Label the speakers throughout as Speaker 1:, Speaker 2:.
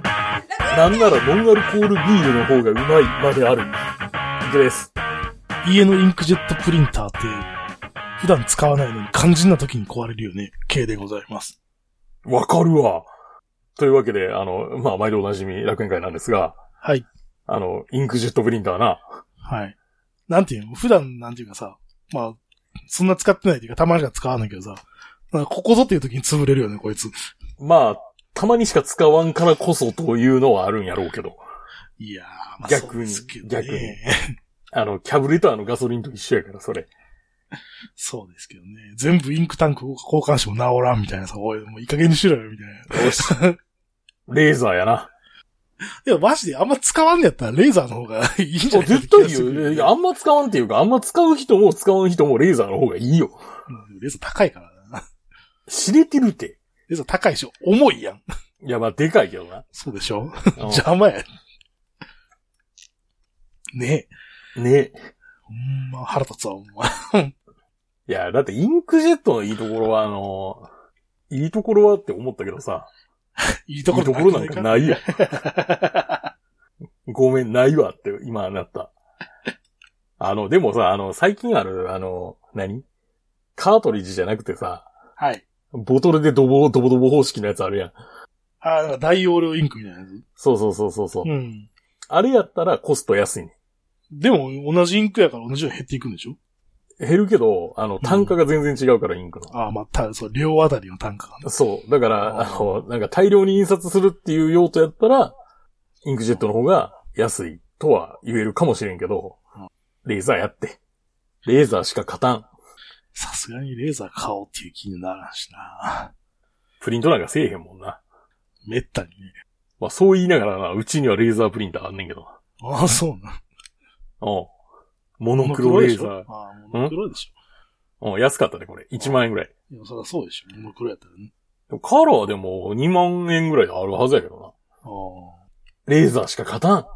Speaker 1: なんならノンアルコールビールの方がうまいまである。です。
Speaker 2: 家のインクジェットプリンターって、普段使わないのに肝心な時に壊れるよね。系でございます。
Speaker 1: わかるわ。というわけで、あの、まあ、毎度おなじみ楽園会なんですが、
Speaker 2: はい。
Speaker 1: あの、インクジェットプリンターな。
Speaker 2: はい。なんていうの普段、なんていうかさ、まあ、そんな使ってないというか、たまにしか使わないけどさ、なんかここぞっていう時に潰れるよね、こいつ。
Speaker 1: まあ、たまにしか使わんからこそというのはあるんやろうけど。
Speaker 2: いやー、まあ、
Speaker 1: 逆に
Speaker 2: そうですけどね。
Speaker 1: 逆にあの、キャブレターのガソリンと一緒やから、それ。
Speaker 2: そうですけどね。全部インクタンクを交換しても治らんみたいなさ、おい、もういい加減にしろよ、みたいな。
Speaker 1: よし。レーザーやな。
Speaker 2: いや、マジ であんま使わんのやったらレーザーの方がいいんじゃない
Speaker 1: 絶対いいよ。いやあんま使わんっていうか、あんま使う人も使わん人もレーザーの方がいいよ。
Speaker 2: うんレーザー高いからな。
Speaker 1: 知れてるて。
Speaker 2: レーザー高いし、重いやん。
Speaker 1: いや、まあ、でかいけど な。
Speaker 2: そうでしょ
Speaker 1: うん
Speaker 2: 邪魔や。ねえ。
Speaker 1: ね。
Speaker 2: ほんま、腹立つわ、ほんま。
Speaker 1: いや、だってインクジェットのいいところは、あの、いいところはって思ったけどさ、
Speaker 2: いい
Speaker 1: い
Speaker 2: と
Speaker 1: い
Speaker 2: ころ
Speaker 1: ところなんか
Speaker 2: い。
Speaker 1: ないよ。ごめん、ないわって今なった。あの、でもさ、あの、最近ある、あの、何カートリッジじゃなくてさ、
Speaker 2: はい。
Speaker 1: ボトルでドボ、ドボドボ方式のやつあるやん。
Speaker 2: ああ、なんか大容量インクみたいなやつ。。
Speaker 1: そうそうそうそう。そううんあれやったらコスト安いね。
Speaker 2: でも、同じインクやから同じように減っていくんでしょ
Speaker 1: 減るけど、あの、単価が全然違うから、インクの。
Speaker 2: ああ、まあ、た、そう、両あたりの単価がね。
Speaker 1: そう。だから、
Speaker 2: あ
Speaker 1: あの、なんか大量に印刷するっていう用途やったら、インクジェットの方が安いとは言えるかもしれんけど
Speaker 2: うん、
Speaker 1: レーザーやって。レーザーしか勝たん。
Speaker 2: さすがにレーザー買おうっていう気にならんしな。
Speaker 1: プリントなんかせえへんもんな。
Speaker 2: めったにね。
Speaker 1: まあそう言いながらな、うちにはレーザープリンターあんねんけどな。
Speaker 2: ああ、そうな。
Speaker 1: うん。モノクロレーザー。
Speaker 2: ああ、モノクロでし
Speaker 1: うん、安かったね、これ。1万円ぐらい。
Speaker 2: ょ。いや、そりゃそうでしょ。モノクロやったらね。
Speaker 1: でもカラーでも2万円ぐらいあるはずやけどな。
Speaker 2: ああ。
Speaker 1: レーザーしか勝たん。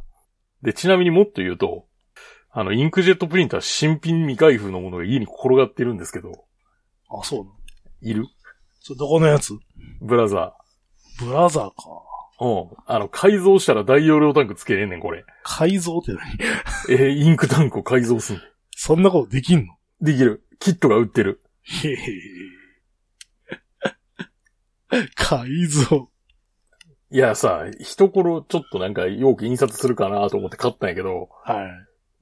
Speaker 1: で、ちなみにもっと言うと、あの、インクジェットプリンター新品未開封のものが家に転がってるんですけど、
Speaker 2: ああ、そうな。
Speaker 1: いる
Speaker 2: それどこのやつ
Speaker 1: ブラザ
Speaker 2: ブラザーか。
Speaker 1: ー。うん。あの、改造したら大容量タンクつけれんねん、これ。
Speaker 2: 改造って何
Speaker 1: えーインクタンクを改造すんねん
Speaker 2: そんなことできんの
Speaker 1: できる。キットが売ってる。
Speaker 2: へへへ。 改造。
Speaker 1: いやさ、一頃ちょっとなんか容器印刷するかなと思って買ったんやけど、
Speaker 2: は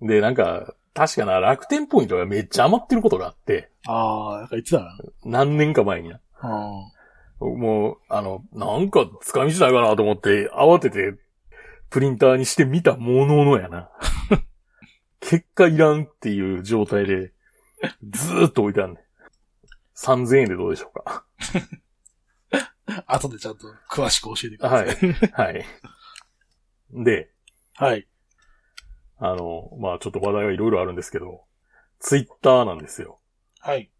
Speaker 2: い。
Speaker 1: で、なんか、確かな、楽天ポイントがめっちゃ余ってることがあって、
Speaker 2: ああ、なんか言ってたな。
Speaker 1: 何年か前にな。
Speaker 2: あ
Speaker 1: もう、あの、なんか使い道ないかなと思って、慌てて、プリンターにしてみたもののやな。結果いらんっていう状態で、ずーっと置いてあんねん。3000円でどうでしょうか。
Speaker 2: あ。後でちゃんと詳しく教えてくださ。
Speaker 1: はいい。はい。で、
Speaker 2: はい。
Speaker 1: あの、まあちょっと話題はいろいろあるんですけど、ツイッターなんですよ。
Speaker 2: はい。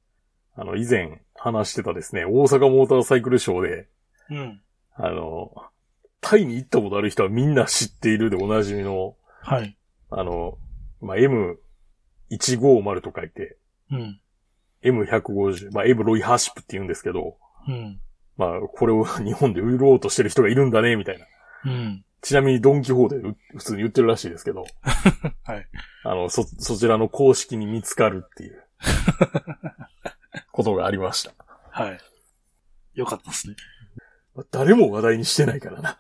Speaker 1: あの、以前話してたですね、大阪モーターサイクルショーで、
Speaker 2: うん。
Speaker 1: あの、タイに行ったことある人はみんな知っているでおなじみの、
Speaker 2: はい。
Speaker 1: あの、まあ、M150 と書いて、
Speaker 2: うん。
Speaker 1: M150、まあ、M ロイハーシップって言うんですけど、
Speaker 2: うん。
Speaker 1: まあ、これを 日本で売ろうとしてる人がいるんだね、みたいな。
Speaker 2: うん。
Speaker 1: ちなみにドンキホーテでう普通に売ってるらしいですけど、
Speaker 2: はい。
Speaker 1: あの、そ、そちらの公式に見つかるって いう、ことがありました。
Speaker 2: はい。よかったですね。
Speaker 1: まあ誰も話題にしてないからな。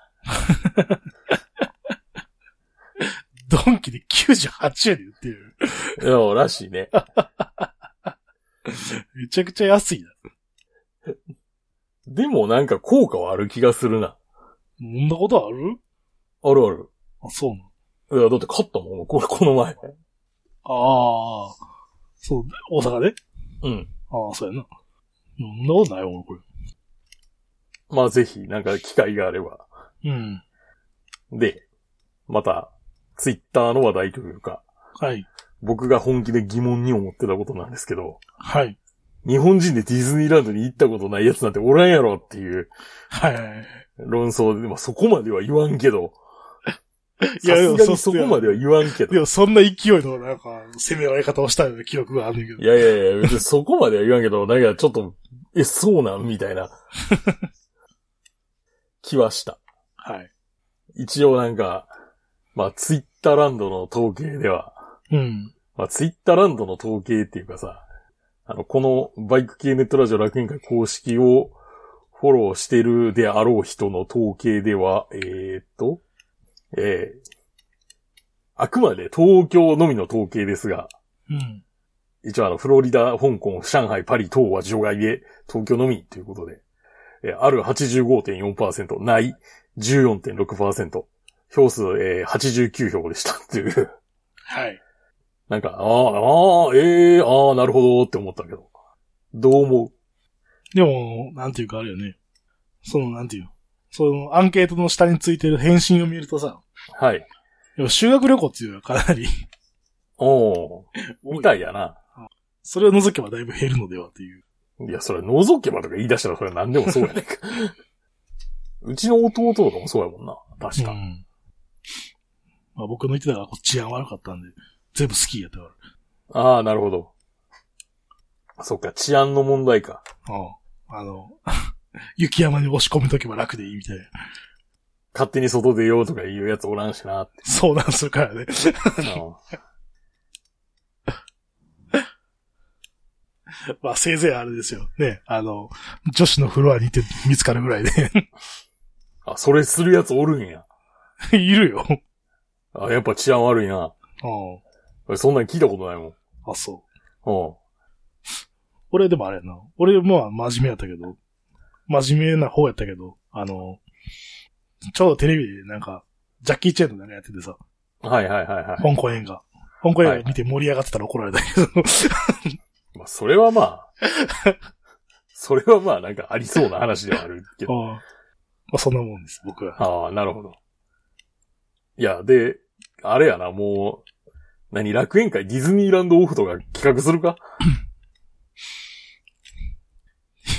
Speaker 2: ドンキで98円で売ってる。
Speaker 1: いや、らしいね。
Speaker 2: めちゃくちゃ安いな。
Speaker 1: でもなんか効果はある気がするな。
Speaker 2: そんなことある
Speaker 1: あるある。
Speaker 2: あ、そうなの。
Speaker 1: いや、だって勝ったもん、これ、この前。
Speaker 2: ああ。そう、大阪で
Speaker 1: うん。
Speaker 2: ああ、そうやな。そんなことないわ、俺こ
Speaker 1: まあ、ぜひ、なんか機会があれば。
Speaker 2: れ。うん。
Speaker 1: で、また、ツイッターの話題というか、
Speaker 2: はい。
Speaker 1: 僕が本気で疑問に思ってたことなんですけど、
Speaker 2: はい。
Speaker 1: 日本人でディズニーランドに行ったことないやつなんておらんやろっていう
Speaker 2: はいはいはい。
Speaker 1: 論争で、まあそこまでは言わんけど、
Speaker 2: い
Speaker 1: さ
Speaker 2: や
Speaker 1: すがに
Speaker 2: そ
Speaker 1: そうこまでは言わんけ
Speaker 2: で
Speaker 1: ど、
Speaker 2: も、そんな勢いの、なんか、攻められ方をしたような記憶があるんだけど
Speaker 1: い。やいやいや、別にそこまでは言わんけど、なんかちょっと、え、 そうなんみたいな、気はした。
Speaker 2: はい。
Speaker 1: 一応なんか、まあツイッターランドの統計では、
Speaker 2: うん。
Speaker 1: まあツイッターランドの統計っていうかさ、あの、このバイク系ネットラジオ楽園会公式をフォローしてるであろう人の統計では、えー、っと、えー、あくまで東京のみの統計ですが、
Speaker 2: うん。
Speaker 1: 一応あの、フロリダ、香港、上海、パリ等は除外で、東京のみということで、えーある85.4%、ない14.6%、票数、えー、89票でしたっていう。
Speaker 2: はい。
Speaker 1: なんか、ああ、ああ、ええああ、なるほどって思ったけど。どう思
Speaker 2: でも、なんていうかあるよね。その、なんていう。その、アンケートの下についてる返信を見るとさ、
Speaker 1: うはい。
Speaker 2: でも修学旅行っていうのは かなり
Speaker 1: おおみたいやな。
Speaker 2: それを除けばだいぶ減るのではっていう。
Speaker 1: いや、それ、覗けばとか言い出したらそれ何でもそうやねんか。うちの弟とかもそうやもんな。確か。
Speaker 2: うん。まあ僕の言ってたからこう治安悪かったんで、全部好きやったから。
Speaker 1: ああ、なるほど。そっか、治安の問題か。
Speaker 2: あの、 雪山に押し込めとけば楽でいいみたいな。
Speaker 1: 勝手に外出ようとか言うやつおらんしな って。
Speaker 2: 相談するからね。まあせいぜいあれですよ。ね。あの、女子のフロアに行って見つかるぐら いで。
Speaker 1: あ、それするやつおるんや。
Speaker 2: いるよ。
Speaker 1: あ、やっぱ治安悪いな。
Speaker 2: う
Speaker 1: 俺そんなん聞いたことないもん。
Speaker 2: ん。あ、そう。
Speaker 1: うん。
Speaker 2: 俺でもあれやな。俺まあ真面目やったけど、真面目な方やったけど、あの、ちょうどテレビでなんか、ジャッキー・チェーンのなんかやっててさ、
Speaker 1: はいはいはいはい。
Speaker 2: 香港映画。香港映画見て盛り上がってたら怒られたけど、
Speaker 1: まあ、それはまあ、それはまあなんかあり そうな話ではあるけど。
Speaker 2: ああまあそんなもんです、僕は。
Speaker 1: ああ、なるほど。いや、で、あれやな、もう、何、楽園会ディズニーランドオフとか企画するか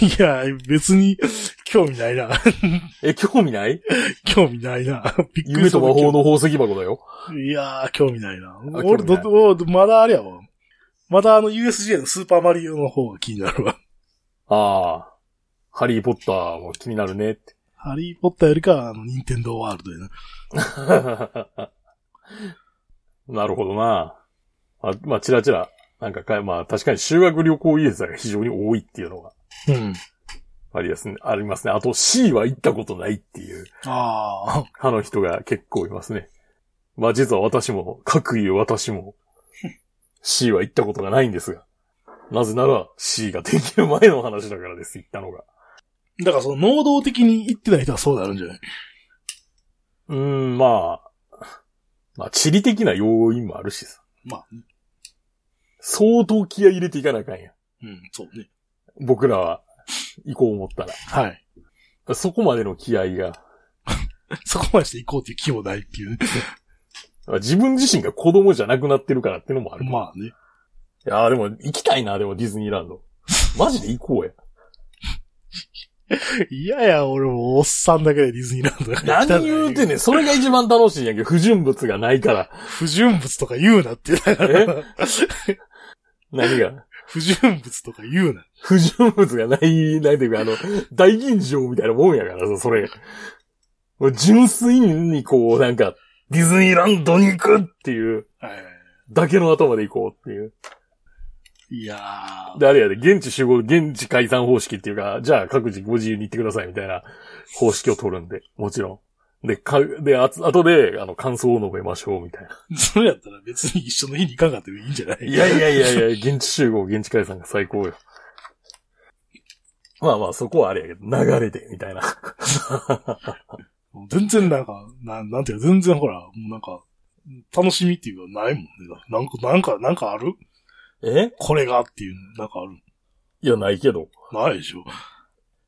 Speaker 2: いや、別に興味ないな。
Speaker 1: え、興味ない
Speaker 2: 興味ないな。びっくり
Speaker 1: 夢
Speaker 2: す
Speaker 1: と
Speaker 2: る。
Speaker 1: 魔法の宝石箱だよ。
Speaker 2: いやー、興味ないな。
Speaker 1: 味ない
Speaker 2: 俺、ど、どまだあれやわ。まだあの USJ のスーパーマリオの方が気になるわ。
Speaker 1: ああ、ハリーポッターも気になるねって。
Speaker 2: ハリーポッターよりかは、あの、ニンテンドーワールドやな。
Speaker 1: なるほどな。まあ、まあ、ちらちら、なんかか、まあ、確かに修学旅行ユーザーが非常に多いっていうのが
Speaker 2: うん。
Speaker 1: ありますね。ありますね。あと C は行ったことないっていう
Speaker 2: あ
Speaker 1: 派の人が結構いますね。まあ、実は私も、各言う私も、C は行ったことがないんですが。なぜなら C ができる前の話だからです、行ったのが。
Speaker 2: ー。だからその、能動的に行ってない人はそうなるんじゃないう
Speaker 1: ーん、まあ、まあ、地理的な要因もあるしさ。
Speaker 2: まあね、
Speaker 1: 相当気合い入れていかなあかんや。
Speaker 2: うん、そうね。
Speaker 1: 僕らは行こう思ったら。
Speaker 2: はい。
Speaker 1: そこまでの気合が、
Speaker 2: そこまでして行こうっていう気もないっていうね。
Speaker 1: 自分自身が子供じゃなくなってるからってのもある。
Speaker 2: まあね。
Speaker 1: いやーでも行きたいな、でもディズニーラン ド。マジで行こうや。
Speaker 2: いやいや、俺もおっさんだけでディズニーランドだから行きた
Speaker 1: 何
Speaker 2: ない
Speaker 1: 言うてんねん。それが一番楽しいんやけど、不純物がない から。
Speaker 2: 不純物とか言うなって。だから
Speaker 1: え何が
Speaker 2: 不純物とか言うな。
Speaker 1: 不純物がない、ないというか、あの、大吟醸みたいなもんやからさ、それ。もう純粋にこう、なんか、ディズニーランドに行くっていう、
Speaker 2: はい。
Speaker 1: だけの頭で行こうっていう。
Speaker 2: いやー。
Speaker 1: で、あれやで、現地集合、現地解散方式っていうか、じゃあ各自ご自由に行ってくださいみたいな方式を取るんで、もちろん。で、か、で、あつ、後で、あの、感想を述べましょうみたいな。
Speaker 2: それやったら別に一緒の日に行かんかってもいいんじゃない
Speaker 1: いやいやいやいや、現地集合、現地解散が最高よ。まあまあ、そこはあれやけど、流れで、みたいな。
Speaker 2: もう全然なんか、なん、なんていうか、全然ほら、もうなんか、楽しみっていうかないもんね。なんか、なんか、なんかある
Speaker 1: え
Speaker 2: これがっていう、なんかある
Speaker 1: いや、ないけど。
Speaker 2: ないでしょ。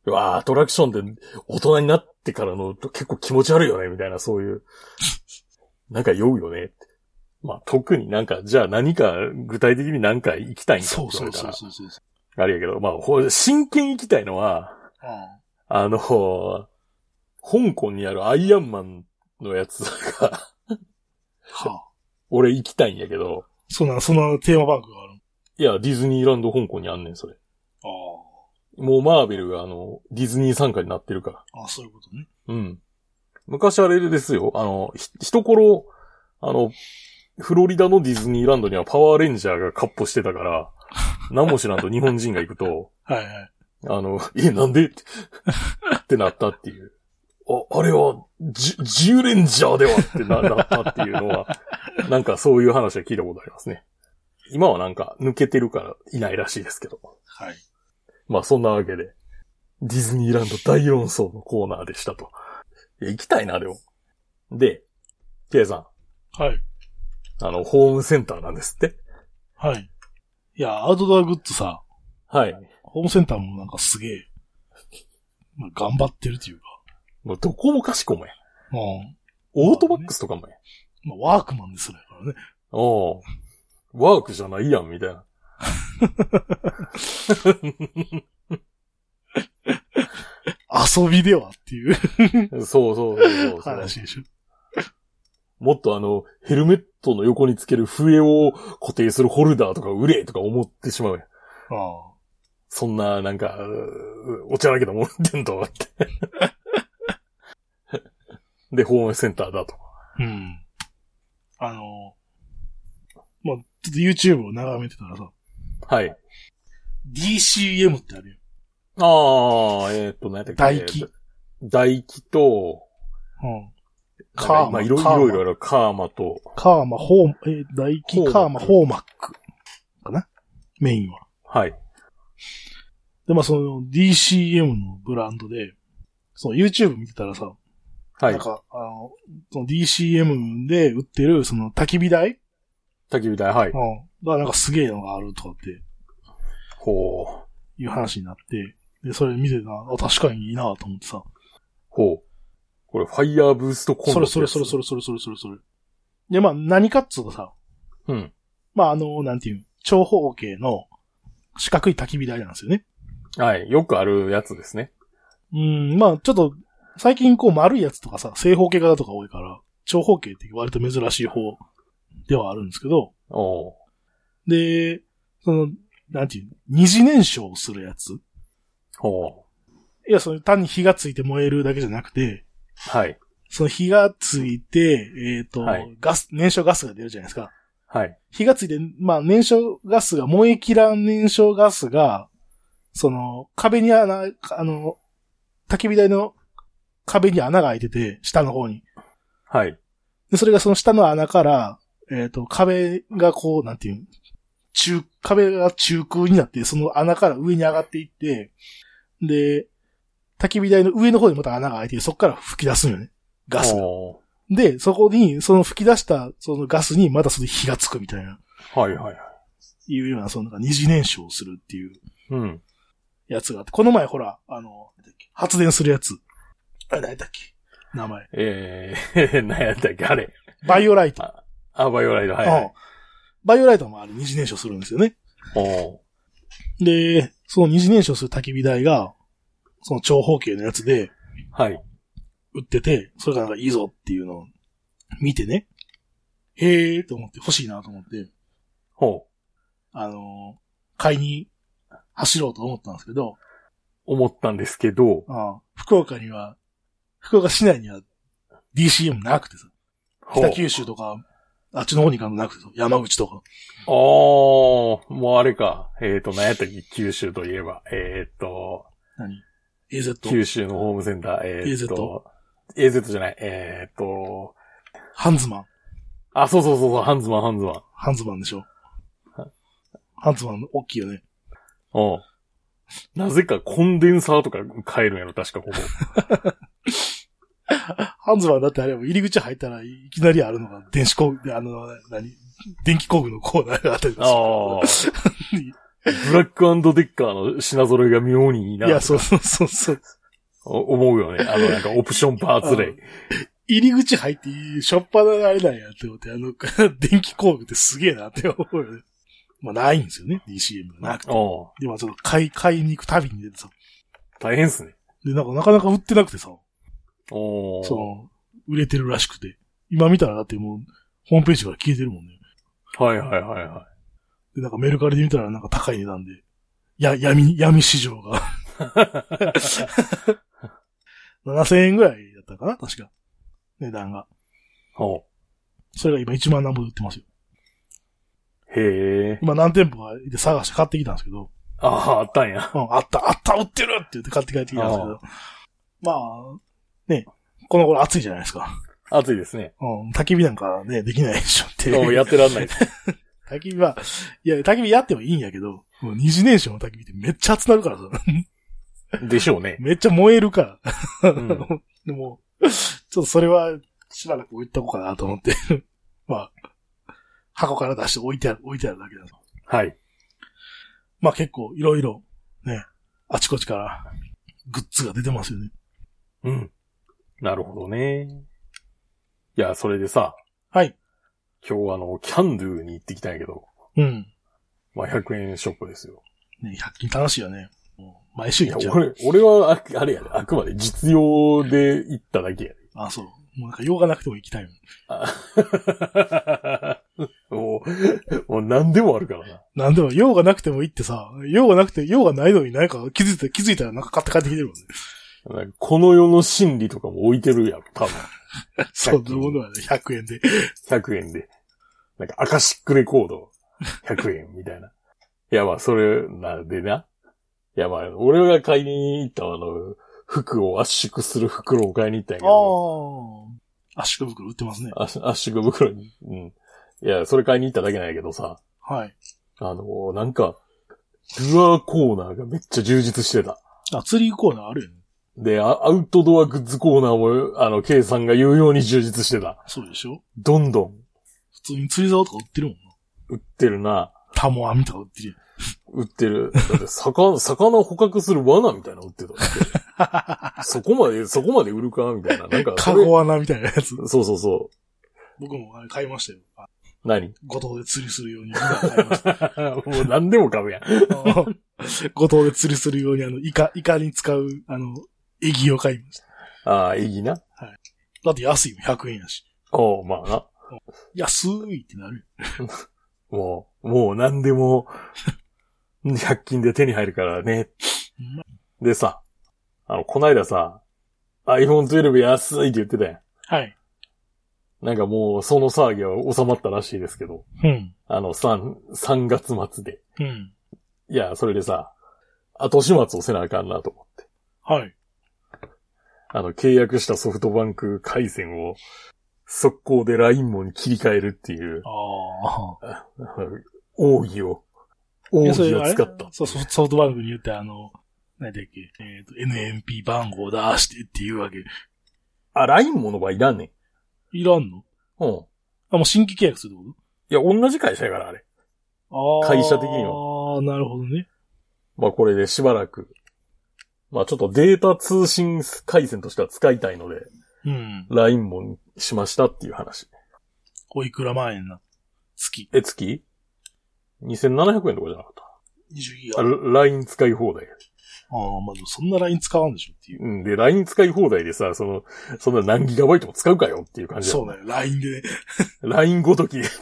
Speaker 1: うわあアトラクションって大人になってからの結構気持ち悪いよね、みたいな、そういう。なんか酔うよねって。まあ、特になんか、じゃあ何か、具体的に何か行きたいんか
Speaker 2: そうそう
Speaker 1: って言
Speaker 2: そ
Speaker 1: わ
Speaker 2: う
Speaker 1: れ
Speaker 2: そうそう。
Speaker 1: たらあれやけど、まあ、ほ真剣に行きたいのは、
Speaker 2: う
Speaker 1: あの、香港にあるアイアンマンのやつが、
Speaker 2: ん。はあ、
Speaker 1: 俺行きたいんやけど、
Speaker 2: そうなん、そんなテーマパークがある。
Speaker 1: いや、ディズニーランド香港にあんねん、それ。もうマーベルがあの、ディズニー参加になってるから。
Speaker 2: ああ。あそういうことね。
Speaker 1: うん。昔あれですよ、あの、ひ、一頃、あの、フロリダのディズニーランドにはパワーレンジャーがカッポしてたから、何も知らんと日本人が行くと、
Speaker 2: はいはい。
Speaker 1: あの、 え、なんでってってなったっていう。あ、あれは、じ、自由レンジャーではってななったっていうのは、なんかそういう話は聞いたことありますね。今はなんか抜けてるからいないらしいですけど。
Speaker 2: はい。
Speaker 1: まあそんなわけで、ディズニーランド大論争のコーナーでしたと。いや行きたいな、でも。で、ケイさ
Speaker 2: はい。
Speaker 1: ん、あの、ホームセンターなんですって。
Speaker 2: はい。いや、アウトドアグッズさ、
Speaker 1: はい。
Speaker 2: ホームセンターもなんかすげえ、まあ頑張ってるというか、
Speaker 1: もうどこもかしこもや。
Speaker 2: うん。
Speaker 1: オートバックスとかもや。
Speaker 2: まあ、ワークマンですらやからね。
Speaker 1: おうワークじゃないやん、みたいな。
Speaker 2: 遊びではっていう
Speaker 1: そうそうそうそうそう。
Speaker 2: 話でしょ。
Speaker 1: もっとあの、ヘルメットの横につける笛を固定するホルダーとか売れとか思ってしまうやん。
Speaker 2: あ
Speaker 1: そんな、なんか、うーおちゃらけたもんってんと思って。 で、ホームセンターだと。
Speaker 2: あ。うん。あの、まあ、ちょっと YouTube を眺めてたらさ、
Speaker 1: はい。
Speaker 2: DCM ってあるよ。
Speaker 1: ああ、えーっと、何やったっけ
Speaker 2: 大気
Speaker 1: えーっと大気と、
Speaker 2: うん。
Speaker 1: なん
Speaker 2: カー
Speaker 1: か
Speaker 2: マ。
Speaker 1: まあ、いろい
Speaker 2: カーマ
Speaker 1: ろいろあるカーマと、
Speaker 2: カーマ、ホーム、えー、大
Speaker 1: ホーマッ
Speaker 2: 輝
Speaker 1: ク
Speaker 2: カーマ、ホーマック。かなメインは。
Speaker 1: はい。
Speaker 2: で、まあ、その DCM のブランドで、その YouTube 見てたらさ、
Speaker 1: はい
Speaker 2: なん。か、あの、その DCM で売ってる、その焚き火台
Speaker 1: 焚き火台、はい。
Speaker 2: うん。が、なんかすげえのがあるとかって
Speaker 1: ほう。
Speaker 2: いう話になって、で、それ見てな、あ、確かにいいなと思ってさ、
Speaker 1: ほう。これ、ファイヤーブーストコン
Speaker 2: そ
Speaker 1: ロ
Speaker 2: れ
Speaker 1: って
Speaker 2: そ
Speaker 1: や
Speaker 2: れ
Speaker 1: つ
Speaker 2: それそれそれそれそれそれ。で、まあ、何かっつうとさ、
Speaker 1: うん。
Speaker 2: まあ、あの、なんていう、長方形の四角い焚き火台なんですよね。
Speaker 1: はい。よくあるやつですね。
Speaker 2: うん、まあちょっと、最近こう丸いやつとかさ、正方形型とか多いから、長方形って割と珍しい方ではあるんですけど、
Speaker 1: おう
Speaker 2: で、その、なんていうの、二次燃焼するやつ。
Speaker 1: ほう。
Speaker 2: いや、その単に火がついて燃えるだけじゃなくて、
Speaker 1: はい。
Speaker 2: その火がついて、えっ、と、
Speaker 1: はい
Speaker 2: ガス、燃焼ガスが出るじゃないですか。
Speaker 1: はい。
Speaker 2: 火がついて、まあ燃焼ガスが、燃えきらん燃焼ガスが、その、壁に穴、あの、焚き火台の壁に穴が開いてて、下の方に。
Speaker 1: はい。
Speaker 2: で、それがその下の穴から、えっ、と、壁がこう、なんていうん、中、壁が中空になって、その穴から上に上がっていって、で、焚き火台の上の方にまた穴が開いて、そこから吹き出すんよね。ガスが。
Speaker 1: おう
Speaker 2: で、そこに、その吹き出した、そのガスにまたその火がつくみたいな、
Speaker 1: はいはいはい。
Speaker 2: いうような、そのなんか二次燃焼するっていう
Speaker 1: うん。
Speaker 2: やつがあって、この前ほら、あの、なんだっけ発電するやつ。あれ、何だっけ名前。
Speaker 1: えー、 何やったっけあれ。
Speaker 2: バイオライト。
Speaker 1: あ、バイオライド、はい、は
Speaker 2: うん
Speaker 1: い。
Speaker 2: バイオライトもあれ二次燃焼するんですよね。
Speaker 1: おう
Speaker 2: で、その二次燃焼する焚き火台が、その長方形のやつで
Speaker 1: はい。
Speaker 2: 売ってて、それがなんかいいぞっていうのを見てね、へえーと思って欲しいなと思って、
Speaker 1: ほう。
Speaker 2: あのー買いに走ろうと思ったんですけど、
Speaker 1: 思ったんですけど、
Speaker 2: ああ福岡には、福岡市内には DCM なくてさ、
Speaker 1: ほう。あ
Speaker 2: 北九州とか、あっちの方に行かんとなくてさ、山口とか。
Speaker 1: あー、もうあれか。えっ、ー、と、何やったっけ九州といえば。えっ、ー、と、
Speaker 2: 何 ?AZ?
Speaker 1: 九州のホームセンター、えー、っと、AZ じゃない、えー、っと、
Speaker 2: ハンズマン。
Speaker 1: あ、そうそうそうそう、ハンズマン、ハンズマン。
Speaker 2: ハンズマンでしょ
Speaker 1: は。
Speaker 2: ハンズマン大きいよね。
Speaker 1: おうなぜかコンデンサーとか買えるんやろ、確かここ。
Speaker 2: ハンズマンだってあれも入り口入ったらいきなりあるのが電子工具、あの、何電気工具のコーナーがあったりとか
Speaker 1: ああ。ブラックデッカーの品揃えが妙にいい
Speaker 2: い
Speaker 1: な
Speaker 2: や、、そうそうそうそう。
Speaker 1: お思うよね。あの、なんかオプションパーツ類。
Speaker 2: 入り口入っていい、しょっぱなあれなんやって思って、あの、 電気工具ってすげえなって思うよね。まあ、ないんですよね、DCM がなくて。
Speaker 1: おう
Speaker 2: で、まあ、ちょっと買い、買いに行く旅に出てさ。
Speaker 1: 大変っすね。
Speaker 2: で、なんかなかなか売ってなくてさ、
Speaker 1: おう
Speaker 2: その、売れてるらしくて。今見たらだってもう、ホームページから消えてるもんね。
Speaker 1: はいはいはいは
Speaker 2: で、なんかメルカリで見たらなんか高い値段で、や、闇、闇市場が。7000円ぐらいだったかな確か。値段が。
Speaker 1: おう
Speaker 2: それが今1万何本売ってますよ。
Speaker 1: へえ。
Speaker 2: 今何店舗かで探して買ってきたんですけど、
Speaker 1: ああ、あったんや。
Speaker 2: うん、あった、あった、売ってるって言って買って帰ってきたんですけど。まあ、ね、この頃暑いじゃないですか。
Speaker 1: 暑いです ね。
Speaker 2: うん、焚き火なんかね、できないでしょって
Speaker 1: もう
Speaker 2: いう。
Speaker 1: やってらんないです。
Speaker 2: 焚き火は、いや、焚き火やってもいいんやけど、もう二次燃焼の焚き火ってめっちゃ熱なるからさ。
Speaker 1: でしょうね。
Speaker 2: めっちゃ燃えるから。
Speaker 1: うん。
Speaker 2: でも、ちょっとそれは、しばらく置いとこうかなと思って。 まあ、箱から出して置いてある、置いてあるだけだと。
Speaker 1: はい。
Speaker 2: まあ結構いろいろ、ね、あちこちから、グッズが出てますよね。
Speaker 1: うん。なるほどね。いや、それでさ、
Speaker 2: はい。
Speaker 1: 今日あの、キャンドゥに行ってきたんやけど、
Speaker 2: うん。
Speaker 1: まあ、100円ショップですよ。
Speaker 2: ね、100均楽しいよね。もう毎週
Speaker 1: い
Speaker 2: 行
Speaker 1: や
Speaker 2: っちゃ、う。
Speaker 1: 俺、俺はあ、あれやで、あくまで実用で行っただけやで。
Speaker 2: あ、そう。もうなんか用がなくても行きたいもん。
Speaker 1: あ もう、もう何でもあるからな。
Speaker 2: なんでも、用がなくても行ってさ、用がなくて、用がないのにないか気づいた、気づいたらなんか買って帰ってきてるもんね。
Speaker 1: なんかこの世の真理とかも置いてるやろ、多分。
Speaker 2: そんなものはね、100円で。
Speaker 1: 100円で。なんか、アカシックレコード、100円みたいな。いや、まあ、それ、なんでな。いや、まあ、俺が買いに行ったあの、服を圧縮する袋を買いに行ったんやけど、
Speaker 2: あ。圧縮袋売ってますね。
Speaker 1: 圧圧縮袋に。うん。いや、それ買いに行っただけなんやけどさ、
Speaker 2: はい。
Speaker 1: あの、なんか、ルアーコーナーがめっちゃ充実してた。
Speaker 2: あ、釣りコーナーあるよね。
Speaker 1: で、アアウトドアグッズコーナーも、あの、K さんが言うように充実してた。
Speaker 2: そうでしょ
Speaker 1: どんどん
Speaker 2: 普通に釣り竿とか売ってるもんな。
Speaker 1: 売ってるな。
Speaker 2: タモ網とか売ってるよ。
Speaker 1: 売ってる。だって 魚、魚を捕獲する罠みたいなの売って た。そこまで、そこまで売るかみたいな。なんか
Speaker 2: カ
Speaker 1: それ、
Speaker 2: ゴ穴みたいなやつ。
Speaker 1: そうそうそ
Speaker 2: 僕もあれ買いましたよ。あ
Speaker 1: う。何
Speaker 2: 五島で釣りするように。買い ました
Speaker 1: もう何でも買うやん。
Speaker 2: 五島で釣りするように、あの、イカ、イカに使う、あの、エギを買いました。
Speaker 1: ああ、いいな。
Speaker 2: だって安いもん、100円やし。
Speaker 1: おう、まあな。
Speaker 2: 安いってなる。
Speaker 1: もう、もう何でも、100均で手に入るからね。でさ、あの、こないださ、iPhone 12安いって言ってたや
Speaker 2: はい。
Speaker 1: ん。なんかもう、その騒ぎは収まったらしいですけど、
Speaker 2: うん。
Speaker 1: あの、3、3月末で。
Speaker 2: うん。
Speaker 1: いや、それでさ、後始末をせなあかんなと思って。
Speaker 2: はい。
Speaker 1: あの、契約したソフトバンク回線を、速攻で LINE 網に切り替えるっていう
Speaker 2: あ、あ。
Speaker 1: 奥義を、 奥
Speaker 2: そ
Speaker 1: 義
Speaker 2: れ
Speaker 1: を
Speaker 2: あれ
Speaker 1: 使った。
Speaker 2: そう、ソフソフトバンクに言って、あの、何だっけ、えっ、と、NMP 番号出してっていうわけ。
Speaker 1: あ、LINE 網の場合いらんねん。
Speaker 2: いらんの
Speaker 1: うん。
Speaker 2: あ、もう新規契約するってこ
Speaker 1: いや、同じ会社やから、あれ。
Speaker 2: とああ。
Speaker 1: 会社的に
Speaker 2: ああ、なるほどね。
Speaker 1: まあ、これでしばらく。まあ、ちょっとデータ通信回線としては使いたいので、
Speaker 2: うん。
Speaker 1: LINE 網にしましたっていう話。
Speaker 2: おいくら万円な月。
Speaker 1: え、月 ?2700 円とかじゃなかっ
Speaker 2: 20ギ
Speaker 1: た。
Speaker 2: ガ。
Speaker 1: あ
Speaker 2: あ
Speaker 1: LINE 使い放題。
Speaker 2: あ、まあでもそんな LINE 使わんでしょっていう。
Speaker 1: うん。で、LINE 使い放題でさ、その、そんな何ギガバイトも使うかよっていう感じだ
Speaker 2: そうだよ、LINE でね。
Speaker 1: LINE ごときでって。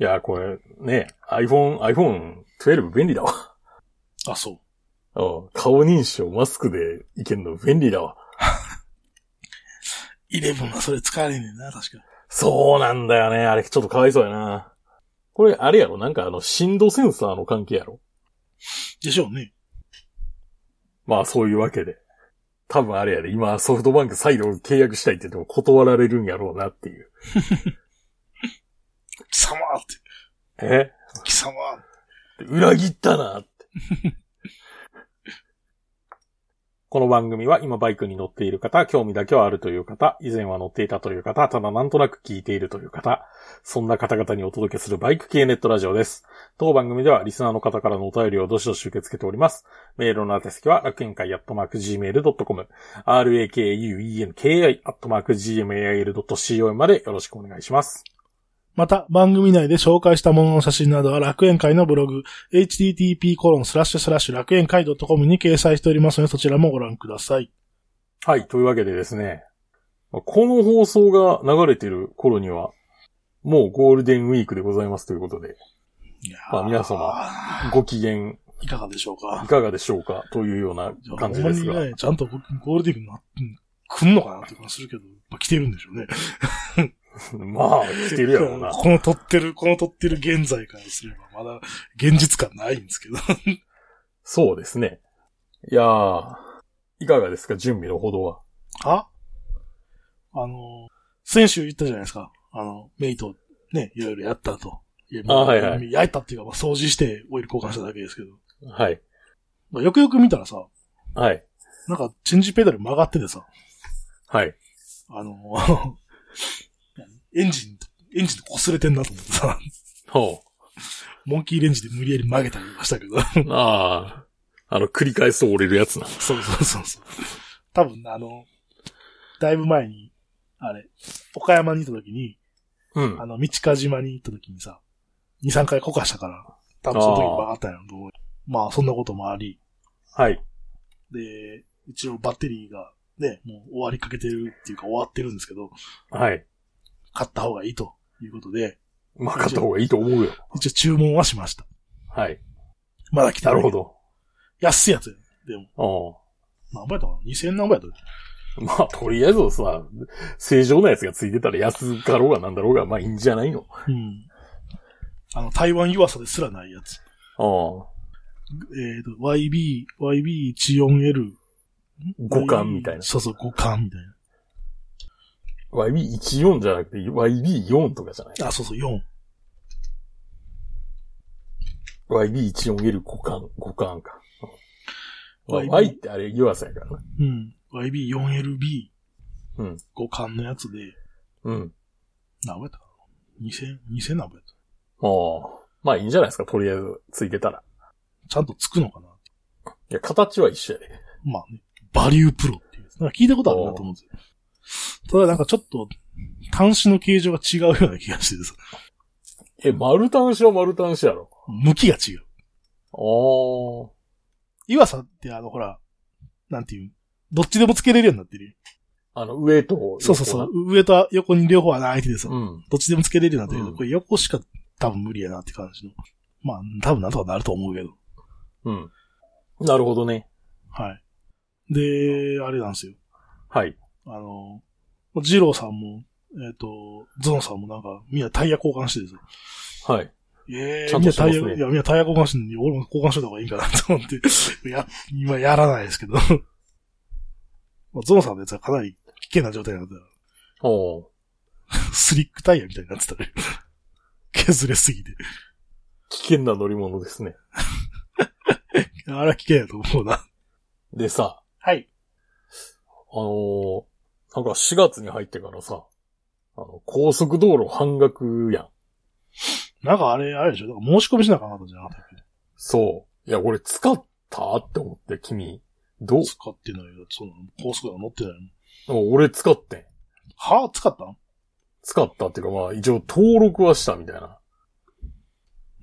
Speaker 1: いや、これ、ね、iPhone、iPhone 12便利だわ。
Speaker 2: あ、そう。
Speaker 1: うん顔認証、マスクでいけんの便利だわ。
Speaker 2: 11はそれ使われねえな、確か。
Speaker 1: そうなんだよね。あれ、ちょっとかわいそうやな。これ、あれやろなんかあの、振動センサーの関係やろ
Speaker 2: でしょうね。
Speaker 1: まあ、そういうわけで。多分あれやで、今、ソフトバンク再度契約したいって言っても断られるんやろうなっていう。
Speaker 2: 貴様って、
Speaker 1: え
Speaker 2: 貴様
Speaker 1: 裏切ったなって。 この番組は今バイクに乗っている方、興味だけはあるという方、以前は乗っていたという方、ただなんとなく聞いているという方、そんな方々にお届けするバイク系ネットラジオです。当番組ではリスナーの方からのお便りをどしどし受け付けております。メールの宛先は楽園会アットマーク Gmail.com、rakuenki アットマーク Gmail.com までよろしくお願いします。
Speaker 2: また、番組内で紹介したものの写真などは楽園会のブログ、http コロンスラッシュスラッシュ楽園会 .com に掲載しておりますので、そちらもご覧ください。
Speaker 1: はい、というわけでですね、まあこの放送が流れてる頃には、もうゴールデンウィークでございますということで、
Speaker 2: いや
Speaker 1: まあ皆様
Speaker 2: 様。
Speaker 1: ご機嫌
Speaker 2: いかがでしょうか
Speaker 1: い。かがでしょうかというような感じです
Speaker 2: ほんま
Speaker 1: が。
Speaker 2: にね、ちゃんとゴゴールデンウィークな、うん来んのかなって感じするけど、まあ、来てるんでしょうね。
Speaker 1: まあ、来てるやろうな。
Speaker 2: この撮ってる、この撮ってる現在からすれば、まだ現実感ないんですけど。
Speaker 1: そうですね。いやー、いかがですか準備のほどは。
Speaker 2: ああの、先週言ったじゃないですか。あの、メイト、ね、いろいろやったと。いや
Speaker 1: あはいは
Speaker 2: やったっていうか、まあ、掃除してオイル交換しただけですけど。
Speaker 1: はい。
Speaker 2: まあ、よくよく見たらさ、
Speaker 1: はい。
Speaker 2: なんか、チェンジペダル曲がっててさ、
Speaker 1: はい。
Speaker 2: あの、エンジン、エンジン擦れてんなと思ってさ、
Speaker 1: ほ
Speaker 2: モンキーレンジで無理やり曲げたりとかしたけど。
Speaker 1: う。ああ。あの、繰り返す折れるやつな。
Speaker 2: そうそうそうそう。多分、あの、だいぶ前に、あれ、岡山にいた時に、
Speaker 1: うん。
Speaker 2: あの、道か島に行った時にさ、2、3回こかしたから、多分その時にバカったんやろと思う。まあ、そんなこともあり、
Speaker 1: はい。
Speaker 2: で、一応バッテリーがね、もう終わりかけてるっていうか終わってるんですけど、
Speaker 1: はい。
Speaker 2: 買った方がいいということで、
Speaker 1: まあ、買った方がいいと思うよ。
Speaker 2: 一応注文はしました。
Speaker 1: はい。
Speaker 2: まだ来た
Speaker 1: なるほ。ど。
Speaker 2: 安いやつや。でも、
Speaker 1: あ
Speaker 2: 何倍だかな ?2000 何倍だった
Speaker 1: あ。 まあ、とりあえずさ、正常なやつがついてたら安かろうがなんだろうが、まあいいんじゃないの。
Speaker 2: うん。あの、台湾湯浅ですらないやつ。
Speaker 1: ああ。
Speaker 2: えっ、と、YB、YB14L。
Speaker 1: 五感みたいな
Speaker 2: そうそう、五感みたい
Speaker 1: YB14 じゃなくて YB4 とかじゃない
Speaker 2: な。あ、そうそう、4。
Speaker 1: YB14L 五感、五感か。まあ
Speaker 2: YB
Speaker 1: Y ってあれ弱さやからな。
Speaker 2: うん。YB4LB。
Speaker 1: うん。
Speaker 2: 五感のやつで、
Speaker 1: うん。
Speaker 2: 何倍やったかな ?2000、2000何倍やっ
Speaker 1: あ
Speaker 2: た
Speaker 1: あ。まあいいんじゃないですか、とりあえずついてたら。
Speaker 2: ちゃんとつくのかない
Speaker 1: や、形は一緒やで。
Speaker 2: まあね、バリュープロっていうやつ。なんか聞いたことあるなと思うんですよ。ただなんかちょっと、端子の形状が違うような気がしてです。
Speaker 1: え、丸端子は丸端子やろ。
Speaker 2: 向きが違う。
Speaker 1: ああ。
Speaker 2: 岩佐ってあの、ほら、なんていう、どっちでもつけれるようになってるよ。
Speaker 1: あの、上と横な
Speaker 2: そうそうそう。上と横に両方穴開いててさ。
Speaker 1: うん。
Speaker 2: どっちでもつけれるようになってるけど、
Speaker 1: うん
Speaker 2: これ横しか多分無理やなって感じの。まあ、多分なんとかなると思うけど。
Speaker 1: うん。なるほどね。
Speaker 2: はい。で、あれなんですよ。
Speaker 1: はい。
Speaker 2: あの、ジローさんも、えっ、と、ゾノさんもなんか、みんなタイヤ交換してですよ。
Speaker 1: はい。
Speaker 2: ええ
Speaker 1: ちゃん
Speaker 2: みん
Speaker 1: と
Speaker 2: な
Speaker 1: して
Speaker 2: タ
Speaker 1: ますね
Speaker 2: イヤ、いや、みんなタイヤ交換してるのに、俺も交換しといた方がいいんかな と思って、いや、今やらないですけど。 まあ、ゾノさんのやつはかなり危険な状態になって
Speaker 1: おー
Speaker 2: た。 スリックタイヤみたいになってたね。 削れすぎて。
Speaker 1: 危険な乗り物ですね。
Speaker 2: あれは危険やと思うな。
Speaker 1: でさ、
Speaker 2: はい。
Speaker 1: あのーなんか4月に入ってからさ、あの、高速道路半額やん。
Speaker 2: なんかあれ、あれでしょなんか申し込みしなあかんかったんじゃなかったっけ
Speaker 1: そう。いや、俺使ったって思って、君。どう
Speaker 2: 使ってないよ。その、高速が乗ってないもん。
Speaker 1: 俺使ってん。
Speaker 2: はぁ、使ったん
Speaker 1: 使ったっていうか、まあ、一応登録はしたみたいな。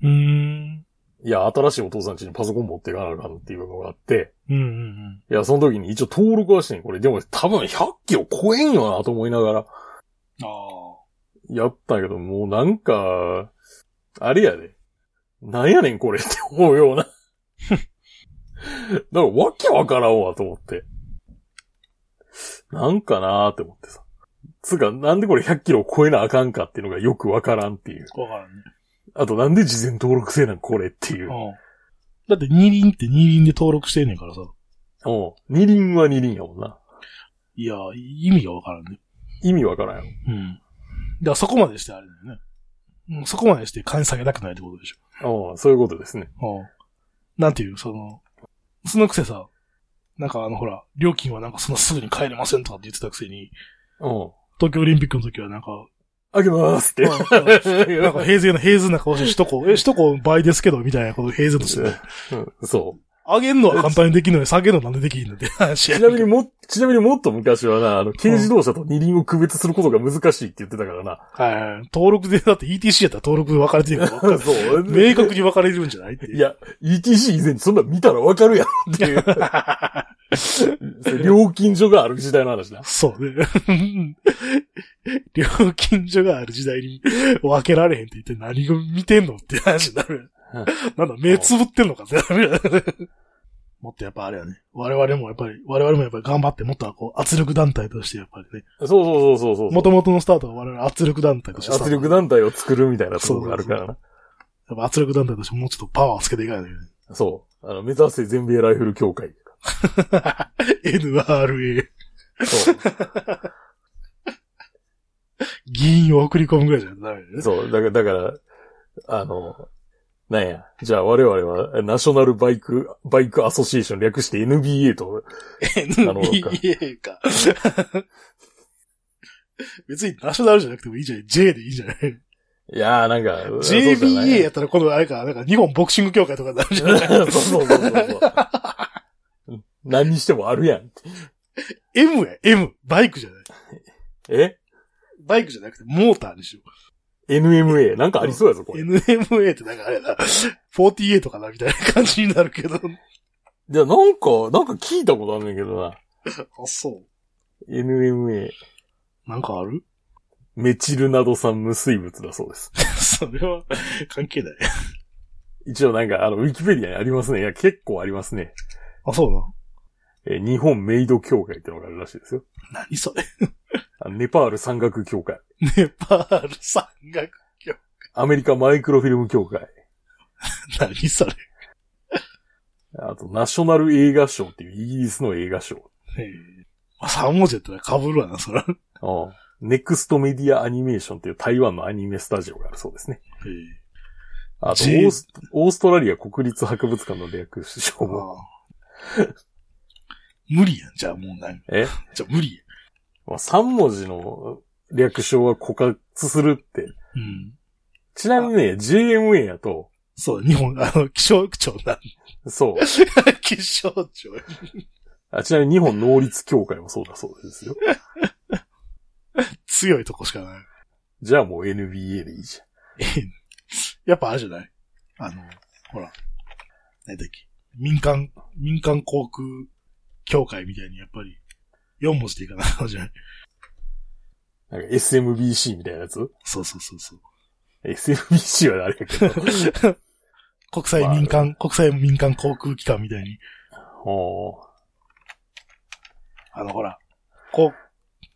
Speaker 2: うーん。
Speaker 1: いや、新しいお父さん家にパソコン持っていかなあかんっていうのがあって、
Speaker 2: うんうん
Speaker 1: いや、その時に一応登録はしてん。これ、でも多分100キロ超えんよなと思いながら、
Speaker 2: うん。ああ。
Speaker 1: やったけど、もうなんか、あれやで。なんやねんこれって 思うような。なんかわけわからんわと思って。なんかなーって思ってさ。つうか、なんでこれ100キロ超えなあかんかっていうのがよくわからんっていう。
Speaker 2: わからんね。
Speaker 1: あとなんで事前登録制なんこれっていう。
Speaker 2: うん。だって二輪って二輪で登録してんねんからさ。
Speaker 1: おう二輪は二輪やもんな。
Speaker 2: いや、意味がわからんね。
Speaker 1: 意味わからんやろ。
Speaker 2: うん。だからそこまでしてあれだよね。うん、そこまでして金下げたくないってことでし
Speaker 1: おうそういうことですね。
Speaker 2: ょ。うん。なんていう、その、そのくせさ、なんかあのほら、料金はなんかそんなすぐに帰れませんとかって言ってたくせに、
Speaker 1: おう
Speaker 2: 東京オリンピックの時はなんか、
Speaker 1: あげます って。
Speaker 2: うんうん なんか平然な、平然な顔して、首都高、え、首都高倍ですけど、みたいなこと平然としてる。
Speaker 1: うんそう。
Speaker 2: 上げんのは簡単にできるのに、下げるのはなんでできんのって話や
Speaker 1: ちなみにも、ちなみにもっと昔はな、あの、軽自動車と二輪を区別することが難しいって言ってたからな。
Speaker 2: はいはい。登録で、だって ETC やったら登録で分かれ てるから
Speaker 1: そう。
Speaker 2: 明確に分かれるんじゃないっていう
Speaker 1: いや、ETC 以前にそんなん見たらわかるやろっていう。それ 料金所がある時代の話だ。
Speaker 2: そう ね。料金所がある時代に分けられへんって言って何を見てんのって話になる。なんだ、目つぶってんのか、全部 もっとやっぱあれやね。我々もやっぱり、我々もやっぱり頑張って、もっとこう、圧力団体としてやっぱりね。
Speaker 1: そうそうそうそうそう。
Speaker 2: もともとのスタートは我々圧力団体としてスター
Speaker 1: 圧
Speaker 2: ト。
Speaker 1: 力団体を作るみたいなところがあるからな。
Speaker 2: やっぱ圧力団体としてもうちょっとパワーをつけていかないといけない。
Speaker 1: そう。あの、目指せ全米ライフル協会。
Speaker 2: NRA、
Speaker 1: そう。
Speaker 2: 議員を送り込むぐらいじゃダメだよね。
Speaker 1: そう、だから、だから、あの、なんや。じゃあ我々は、ナショナルバイク、バイクアソシエーション略して NBA と、なるほどか
Speaker 2: NEA か。 別にナショナルじゃなくてもいいじゃない ?J でいいじゃない
Speaker 1: いやーなんか、そうじゃない
Speaker 2: ?JBA やったらこのあれか、なんか日本ボクシング協会とかになるじゃない
Speaker 1: そうそうそうそう。何にしてもあるやん。
Speaker 2: ?M や、M。バイクじゃない。
Speaker 1: え
Speaker 2: バイクじゃなくてモーターにしよ
Speaker 1: ?NMA? なんかありそうやぞ、こ
Speaker 2: う。
Speaker 1: れ。
Speaker 2: NMA ってなんかあれだ。48とかなみたいな感じにな るけど。あ、
Speaker 1: じゃあなんか、なんか聞いたことあんねんけどな。
Speaker 2: そ
Speaker 1: NMA。
Speaker 2: う。なんかある
Speaker 1: メチルなど産無水物だそうです。
Speaker 2: それは関係ない。
Speaker 1: 一応なんか、あの、ウィキペディアにありますね。いや、結構ありますね。
Speaker 2: あ、そうな
Speaker 1: えー日本メイド協会ってのがあるらしいですよ。
Speaker 2: の。何それ。
Speaker 1: あのネパール山岳協会。
Speaker 2: ネパール山岳。
Speaker 1: アメリカマイクロフィルム協会。
Speaker 2: 何それ。
Speaker 1: あと、ナショナル映画賞っていうイギリスの映画賞。
Speaker 2: ええまあ、3文字やったら被るわな、そら。
Speaker 1: うんネクストメディアアニメーションっていう台湾のアニメスタジオがあるそうですね。あと、オ
Speaker 2: G-
Speaker 1: ースオーストラリア国立博物館の略称も。
Speaker 2: ああ無理やん、じゃあもうなんか。
Speaker 1: え
Speaker 2: じゃあ無理や
Speaker 1: まあ、3文字の略称は枯渇するって。
Speaker 2: ん。うん。
Speaker 1: ちなみにね、JMA やと、
Speaker 2: そう、日本、あの、気象庁なん
Speaker 1: そう。
Speaker 2: だ。 気象庁。
Speaker 1: あちなみに日本能率協会もそうだそうですよ。
Speaker 2: 強いとこしかない。
Speaker 1: じゃあもう NBA でいいじ
Speaker 2: ええやっぱあれじゃないあの、ほら。何だっけ民間、民間航空協会みたいにやっぱり、4文字でいかないのじゃない
Speaker 1: ゃん。なんか SMBC みたいなやつ
Speaker 2: そうそうそうそう。
Speaker 1: ?SMBC はあれやけど。
Speaker 2: 国際民間、国際民間航空機関みたいに、
Speaker 1: おー
Speaker 2: あの、ほら、こう、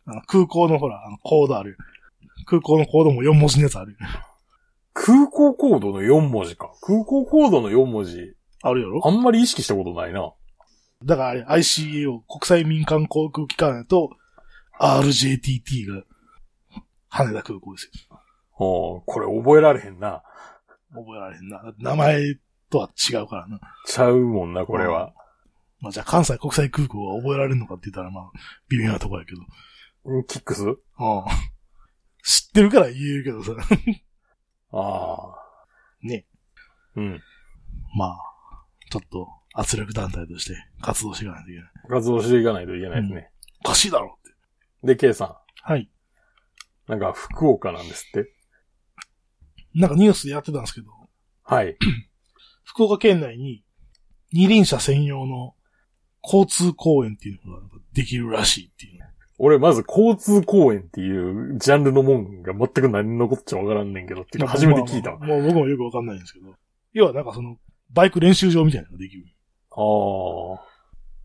Speaker 2: あの空港のほら、あのコードある。空港のコードも4文字のやつある。
Speaker 1: 空港コードの4文字か。空港コードの4文字、
Speaker 2: あるやろ
Speaker 1: あんまり意識したことないな。
Speaker 2: だからあれ、ICAO、国際民間航空機関やと、RJTT が、羽田空港ですよ。
Speaker 1: おーこれ覚えられへんな。
Speaker 2: 覚えられへんな。名前とは違うからな。
Speaker 1: ちゃうもんな、これは。
Speaker 2: まあじゃあ関西国際空港は覚えられるのかって言ったらまあ、微妙なとこやけど。
Speaker 1: んキックス
Speaker 2: うん。知ってるから言えるけどさ。
Speaker 1: ああ。
Speaker 2: ね。
Speaker 1: うん。
Speaker 2: まあ、ちょっと圧力団体として活動していかないといけない。
Speaker 1: 活動していかないといけないですね。
Speaker 2: おかしいだろって。
Speaker 1: で、K さ
Speaker 2: はい。
Speaker 1: ん。なんか、福岡なんですって。
Speaker 2: なんかニュースでやってたんですけど、
Speaker 1: はい。
Speaker 2: 福岡県内に二輪車専用の交通公園っていうのがなんかできるらしいっていう。
Speaker 1: 俺、まず、交通公園っていうジャンルのもんが全く何のこっちゃわからんねんけどっていうか、初めて聞いたわ。あ
Speaker 2: まあまあまあもう僕もよくわかんないんですけど。要はなんかその、バイク練習場みたいなのができる。
Speaker 1: あ。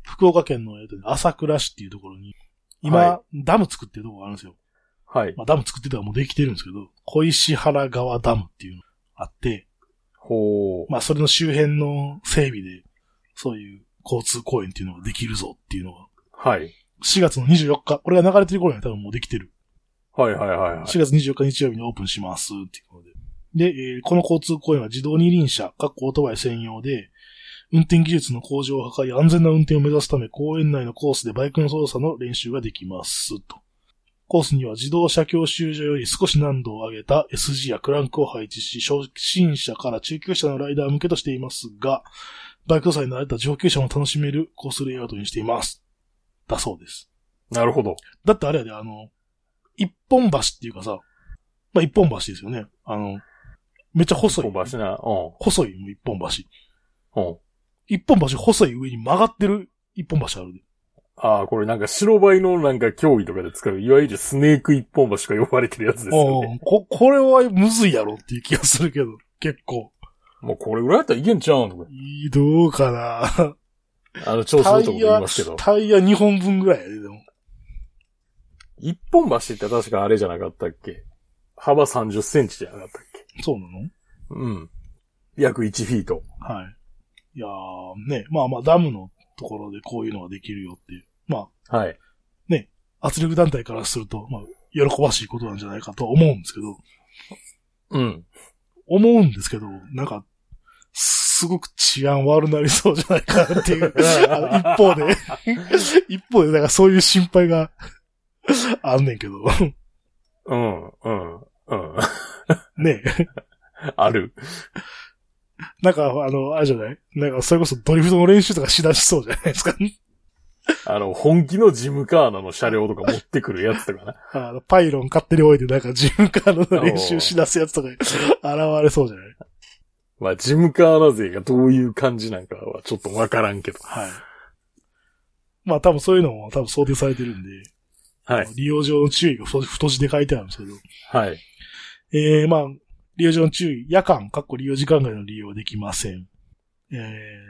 Speaker 2: 福岡県の、えっとね朝倉市っていうところに、今、
Speaker 1: は
Speaker 2: ダム作ってるところがあるんですよ。
Speaker 1: はい。
Speaker 2: まあダム作ってたらもうできてるんですけど、小石原川ダムっていうのがあって、
Speaker 1: ほう。
Speaker 2: まあそれの周辺の整備で、そういう交通公園っていうのができるぞっていうのが
Speaker 1: はい。
Speaker 2: 4月の24日、これが流れてる頃には多分もうできてる。
Speaker 1: はいはいはいはい。
Speaker 2: 4月24日日曜日にオープンしますっていうことで。で、えーこの交通公園は自動二輪車、各オートバイ専用で、運転技術の向上を図り安全な運転を目指すため公園内のコースでバイクの操作の練習ができますと。コースには自動車教習所より少し難度を上げた SG やクランクを配置し、初心者から中級者のライダー向けとしていますが、バイク操作に慣れた上級者も楽しめるコースレイアウトにしています。だそうです。
Speaker 1: なるほど。
Speaker 2: だってあれやで、あの、一本橋っていうかさ、まあ、一本橋ですよね。あの、めっちゃ細い。
Speaker 1: 飛ばしな。う
Speaker 2: 細い、もう一本橋。
Speaker 1: ん。うん。
Speaker 2: 一本橋細い上に曲がってる一本橋あるで。
Speaker 1: ああ、これなんか白バイのなんか競技とかで使う、いわゆるスネーク一本橋とか呼ばれてるやつですよね。
Speaker 2: うんこ、これはむずいやろっていう気がするけど、結構。
Speaker 1: もうこれぐらいやったらいけんちゃうんとか。
Speaker 2: いいどう かな。
Speaker 1: あの、調子
Speaker 2: タ
Speaker 1: のとこで
Speaker 2: イ
Speaker 1: 言い
Speaker 2: ヤ
Speaker 1: ますけど、。
Speaker 2: タイヤ2本分ぐらいやで、でも。
Speaker 1: 一本橋って確かあれじゃなかったっけ幅30センチじゃなかったっけ
Speaker 2: そうなの
Speaker 1: うん。約1フィート。
Speaker 2: はい。いやー、ね、まあまあダムのところでこういうのができるよっていう。まあ、
Speaker 1: はい。
Speaker 2: 圧力団体からすると、まあ、喜ばしいことなんじゃないかとは思うんですけど、
Speaker 1: うん。
Speaker 2: 思うんですけど、なんか、すごく治安悪なりそうじゃないかなって いう、あの一方で、一方で、なんかそういう心配が あんねんけど、
Speaker 1: うん、うん、 うん。
Speaker 2: ね
Speaker 1: ある。
Speaker 2: なんか、あの、あれじゃないなんか、それこそドリフトの練習とかしだしそうじゃないですか。
Speaker 1: あの、本気のジムカーナの車両とか持ってくるやつとかな。
Speaker 2: あの、パイロン勝手に置いて、なんか自分からの練習しだすやつとか、現れそうじゃない
Speaker 1: まあ、ジムカーナ勢がどういう感じなんかはちょっとわからんけど。
Speaker 2: はい。まあ多分そういうのも多分想定されてるんで、
Speaker 1: はい。
Speaker 2: 利用上の注意が太太字で書いてあるんですけど、
Speaker 1: はい。
Speaker 2: えー、まあ、利用上の注意、夜間、かっこ利用時間外の利用はできません。え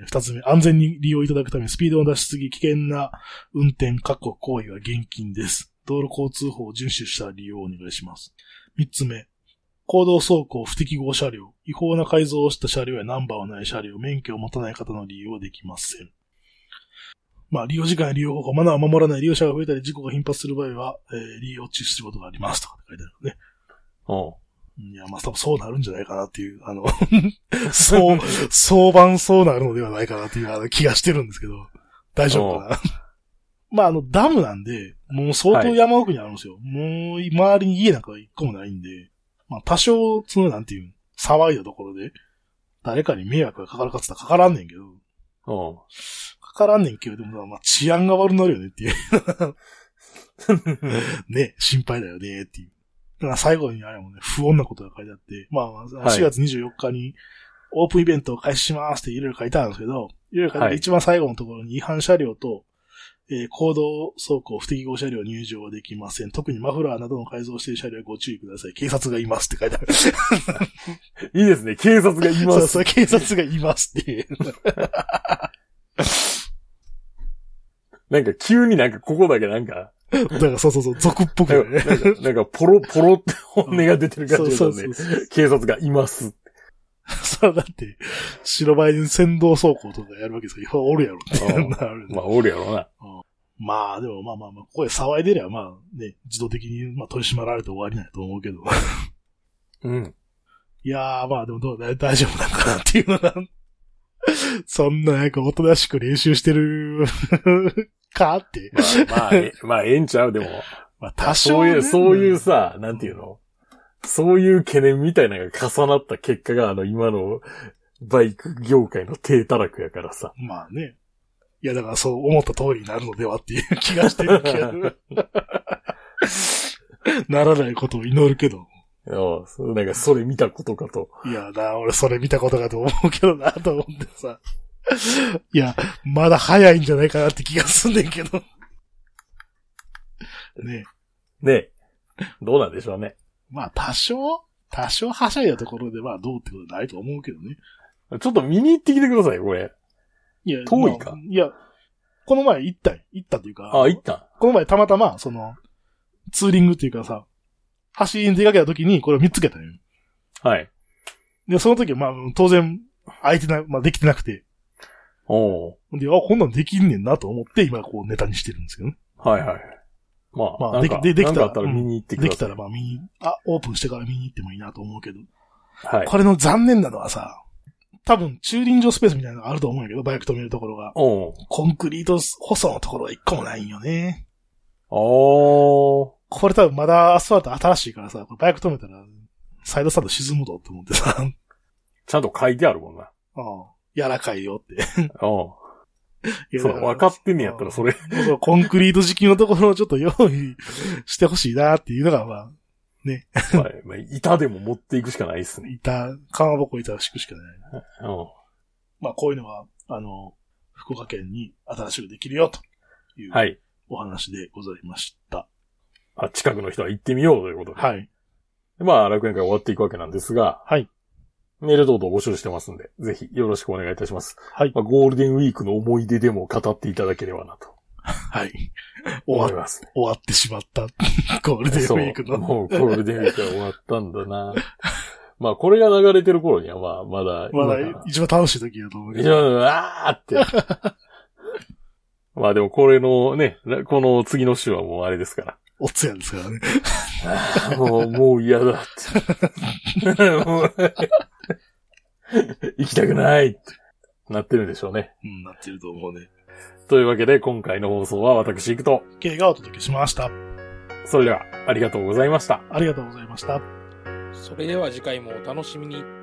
Speaker 2: ー、二つ目、安全に利用いただくため、スピードを出しすぎ、危険な運転、かっこ行為は厳禁です。道路交通法を遵守した利用をお願いします。三つ目、行動走行、不適合車両、違法な改造をした車両やナンバーはない車両、免許を持たない方の利用はできません。まあ、利用時間や利用方法、マナーを守らない利用者が増えたり、事故が頻発する場合は、えー、利用中止することがあります。とかって書いてあるね。
Speaker 1: おう
Speaker 2: いや、まあ、多分そうなるんじゃないかなっていう、あの、 そう、相番そうなるのではないかなっていうあの気がしてるんですけど、大丈夫かな。 まあ、あの、ダムなんで、もう相当山奥にあるんですよ。もう、周りに家なんか一個もないんで、まあ、多少、その、なんていう、騒いだところで、誰かに迷惑がかかるかっつったらかからんねんけど、
Speaker 1: おう
Speaker 2: かからんねんけど、でも、まあ、治安が悪なるよねっていう。ね、心配だよねっていう。だから最後にあれもね、不穏なことが書いてあって、まあ、まあ
Speaker 1: はい
Speaker 2: 4月24日にオープンイベントを開始しますっていろいろ書いてあるんですけど、いろいろ書いてあ
Speaker 1: は
Speaker 2: る
Speaker 1: い
Speaker 2: 一番最後のところに違反車両と、えー行動走行不適合車両入場はできません。特にマフラーなどの改造している車両はご注意ください。警察がいますって書いてある。
Speaker 1: いいですね。警察がいま
Speaker 2: そう
Speaker 1: す。
Speaker 2: そう、警察がいますっていう。
Speaker 1: なんか急になんかここだけなんか、
Speaker 2: だからそうそうそう、俗っぽく
Speaker 1: な
Speaker 2: よ
Speaker 1: ん
Speaker 2: ね。
Speaker 1: か、なんかなんかポロポロって本音が出てる
Speaker 2: そ
Speaker 1: 感
Speaker 2: う
Speaker 1: じ
Speaker 2: そ
Speaker 1: な
Speaker 2: うん
Speaker 1: で
Speaker 2: そ、う。
Speaker 1: 警察がいます。
Speaker 2: それだって、白バイに先導走行とかやるわけですから、いやおるやろっていうのがあるんで
Speaker 1: まあ、おるやろな。
Speaker 2: まあ、でもまあまあまあ、ここで騒いでりゃ、まあね、自動的にまあ取り締まられて終わりないと思うけど。
Speaker 1: うん。
Speaker 2: いやー、まあでもどうだ大丈夫なのかなっていうのが、 そんななんかおとなしく練習してる かって。
Speaker 1: まあ、まあ、えまあ、ええんちゃう、でも。
Speaker 2: まあ多
Speaker 1: そ
Speaker 2: 少
Speaker 1: う
Speaker 2: ね、
Speaker 1: いう、そういうさ、なんていうのそういう懸念みたいなのが重なった結果が、あの、今のバイク業界の低たらくやからさ。
Speaker 2: まあね。いや、だからそう思った通りになるのではっていう気がしてる けど。ならないことを祈るけど。
Speaker 1: うんそうなんか、それ見たことかと。
Speaker 2: いやな、俺それ見たことかと思うけどな、と思ってさ。いや、まだ早いんじゃないかなって気がすんねんけど。ね
Speaker 1: ねえどうなんでしょうね。
Speaker 2: まあ多少、多少はしゃいだところで、まあどうってことないと思うけどね。
Speaker 1: ちょっと見に行ってきてくださいよ、これ。
Speaker 2: いや、
Speaker 1: 遠いか
Speaker 2: まあいや、この前行ったよ、行ったというか、
Speaker 1: あ、行った。
Speaker 2: この前たまたま、その、ツーリングっていうかさ、走りに出かけた時にこれを見つけたよ。
Speaker 1: はい。
Speaker 2: で、その時はまあ当然、空いてな、まあできてなくて、
Speaker 1: おう
Speaker 2: で、あ、こんなんできんねんなと思って、今こうネタにしてるんですけどね。
Speaker 1: はいはい。まあ、
Speaker 2: ま
Speaker 1: な
Speaker 2: あ
Speaker 1: んか
Speaker 2: できでできたら
Speaker 1: なんかあったら見に行ってく
Speaker 2: で
Speaker 1: だ
Speaker 2: き
Speaker 1: さ
Speaker 2: た
Speaker 1: い。
Speaker 2: らまあ見に、あ、オープンしてから見に行ってもいいなと思うけど、
Speaker 1: はい。
Speaker 2: これの残念なのはさ、多分駐輪場スペースみたいなのがあると思うんやけど、バイク止めるところが。
Speaker 1: おう
Speaker 2: コンクリート舗装のところは一個もないんよね。
Speaker 1: おー。
Speaker 2: これ多分まだアスファルト新しいからさ、これバイク止めたら、サイドスタンド沈むぞって思ってさ、 あ
Speaker 1: ちゃんと書いてあるもんな。
Speaker 2: あ柔らかいよって。
Speaker 1: お
Speaker 2: いうや
Speaker 1: そう、分かってんねやったら、それ。
Speaker 2: そうコンクリート敷きのところをちょっと用意してほしいなっていうのが、まあ、
Speaker 1: まあまあ板でも持っていくしかないっすね。
Speaker 2: 板、かまぼこ板を敷くしかない。
Speaker 1: うん。
Speaker 2: まあ、こういうのが、あの、福岡県に新しくできるよ、という
Speaker 1: はい。
Speaker 2: お話でございました。
Speaker 1: あ、近くの人は行ってみようということで。
Speaker 2: はい。
Speaker 1: でまあ、楽園会終わっていくわけなんですが。
Speaker 2: はい。
Speaker 1: メール等々募集してますんで、ぜひよろしくお願いいたします。
Speaker 2: はい
Speaker 1: まあ、ゴールデンウィークの思い出でも語っていただければなと
Speaker 2: はい。
Speaker 1: 思
Speaker 2: 終
Speaker 1: い
Speaker 2: わ、
Speaker 1: ますね。
Speaker 2: 終わってしまった。ゴールデンウィーク
Speaker 1: そう
Speaker 2: の。
Speaker 1: もうゴールデンウィークが終わったんだ な。まあ、これが流れてる頃には、まあ、まだ、
Speaker 2: ま
Speaker 1: 今から
Speaker 2: だ一番楽しい時やと思うけ
Speaker 1: 非
Speaker 2: ど。
Speaker 1: 常に、わーって。 まあでもこれのね、らこの次の週はもうあれですか
Speaker 2: おつやですからね。
Speaker 1: ら。もう、もう嫌だって。 もう行きたくないってなってるんでしょうね。
Speaker 2: うん、なってると思うね。
Speaker 1: というわけで今回の放送は私行くと。
Speaker 2: K がお届けしました。
Speaker 1: それではありがとうございました。
Speaker 2: ありがとうございました。
Speaker 3: それでは次回もお楽しみに。